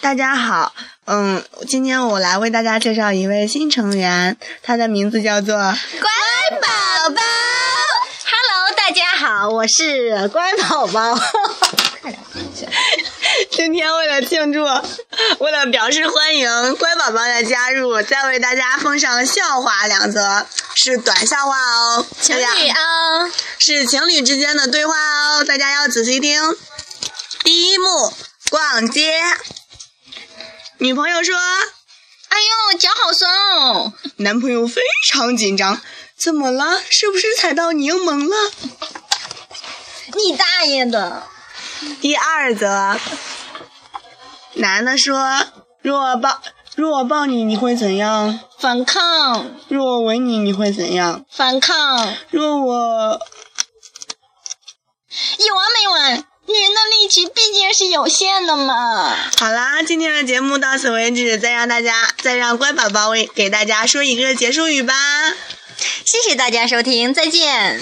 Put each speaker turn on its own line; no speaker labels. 大家好，嗯，今天我来为大家介绍一位新成员，他的名字叫做
乖宝宝，Hello，大家好，啊我是乖宝宝。
今天为了庆祝，为了表示欢迎乖宝宝的加入，再为大家奉上笑话两则，是短笑话哦，
情
大
侣
家
啊，
是情侣之间的对话哦，大家要仔细听。第一幕，逛街，女朋友说，
哎呦，脚好酸哦。
男朋友非常紧张，怎么了？是不是踩到柠檬了？
你大爷的！
第二则，男的说：“若我抱，若我抱你，你会怎样？
反抗，
若我吻你，你会怎样？
反抗，
若我……
有完没完？女人的力气毕竟是有限的嘛。
好啦，今天的节目到此为止，再让大家，再让乖宝宝为给大家说一个结束语吧。”
谢谢大家收听，再见。